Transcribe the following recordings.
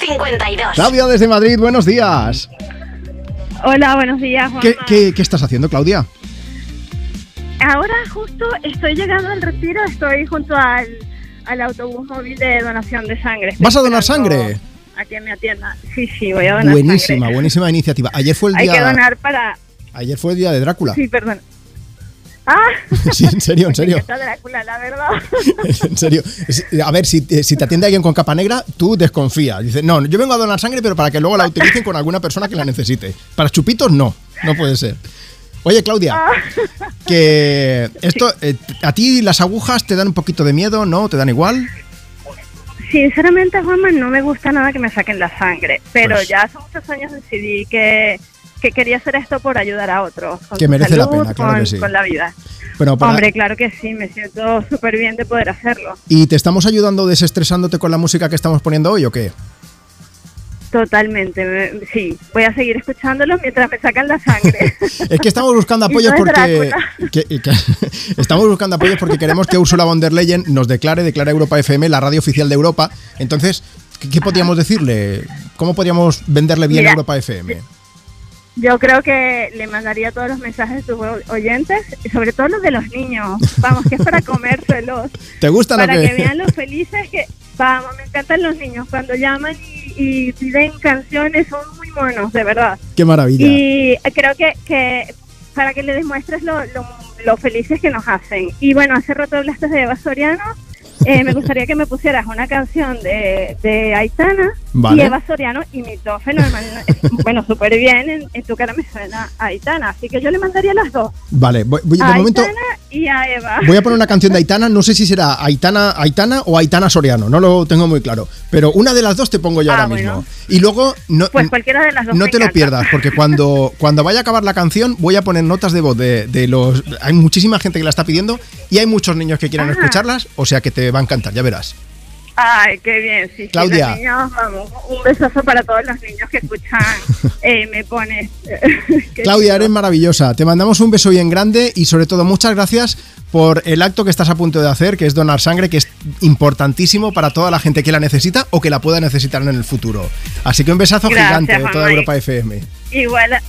52. Claudia desde Madrid, buenos días. Hola, buenos días, Juanma. ¿Qué, qué, qué estás haciendo, Claudia? Ahora justo estoy llegando al retiro, estoy junto al, al autobús móvil de donación de sangre. Estoy ¿Vas a donar esperando sangre? A que me atienda. Sí, sí, voy a donar Buenísima, sangre. buenísima iniciativa. Ayer fue el Hay que día, donar para... ayer fue el día de Drácula. Sí, perdón. Ah, Sí, en serio, en serio. está Drácula, la verdad. En serio. Es- A ver, si, eh, si te atiende alguien con capa negra, tú desconfías. Dices, no, yo vengo a donar sangre, pero para que luego la utilicen con alguna persona que la necesite. Para chupitos, no. No puede ser. Oye, Claudia, Ah. que esto, eh, a ti las agujas te dan un poquito de miedo, ¿no? ¿Te dan igual? Sinceramente, Juanma, no me gusta nada que me saquen la sangre, pero Pues- ya hace muchos años decidí que, que quería hacer esto por ayudar a otros. Con Que su merece la salud, pena, claro con, que sí. con la vida. Bueno, para- Hombre, claro que sí, me siento súper bien de poder hacerlo. ¿Y te estamos ayudando desestresándote con la música que estamos poniendo hoy o qué? Totalmente, me- sí. Voy a seguir escuchándolo mientras me sacan la sangre. Es que estamos buscando apoyos Y no es porque Drácula. que- que- estamos buscando apoyos porque queremos que Ursula von der Leyen nos declare, declare Europa FM la radio oficial de Europa. Entonces, ¿qué, qué podríamos decirle? ¿Cómo podríamos venderle bien Mira, Europa FM? Yo creo que le mandaría todos los mensajes de tus oyentes, sobre todo los de los niños. Vamos, que es para comérselos. ¿Te gustan o para qué? que vean los felices que vamos me encantan los niños cuando llaman y, y piden canciones son muy monos de verdad Qué maravilla. y creo que, que para que le demuestres lo, lo- lo felices que nos hacen y bueno hace rato hablaste de Eva Soriano eh, me gustaría que me pusieras una canción de, de Aitana Vale. y Eva Soriano imitó fenomenal eh, bueno súper bien en, en tu cara me suena Aitana así que yo le mandaría las dos Vale, voy- voy- de a momento Aitana y a Eva voy a poner una canción de Aitana, no sé si será Aitana, Aitana o Aitana Soriano, no lo tengo muy claro, pero una de las dos te pongo yo Ah, ahora bueno. mismo. Y luego no, pues cualquiera de las dos No me te lo encanta. pierdas, porque cuando, cuando vaya a acabar la canción voy a poner notas de voz de, de los... Hay muchísima gente que la está pidiendo y hay muchos niños que quieren Ah. escucharlas, o sea que te va a encantar, ya verás. Ay, qué bien, sí. sí, Claudia. los niños, vamos, un besazo para todos los niños que escuchan. eh, me pones. Qué Claudia, lindo. eres maravillosa. Te mandamos un beso bien grande y sobre todo muchas gracias por el acto que estás a punto de hacer, que es donar sangre, que es importantísimo para toda la gente que la necesita o que la pueda necesitar en el futuro. Así que un besazo Gracias, gigante de toda mamá. Europa FM. Igual, a-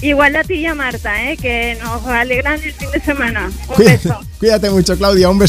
igual a ti y a Marta, eh, que nos alegran el fin de semana. Un Cuídate, beso. cuídate mucho, Claudia. Un beso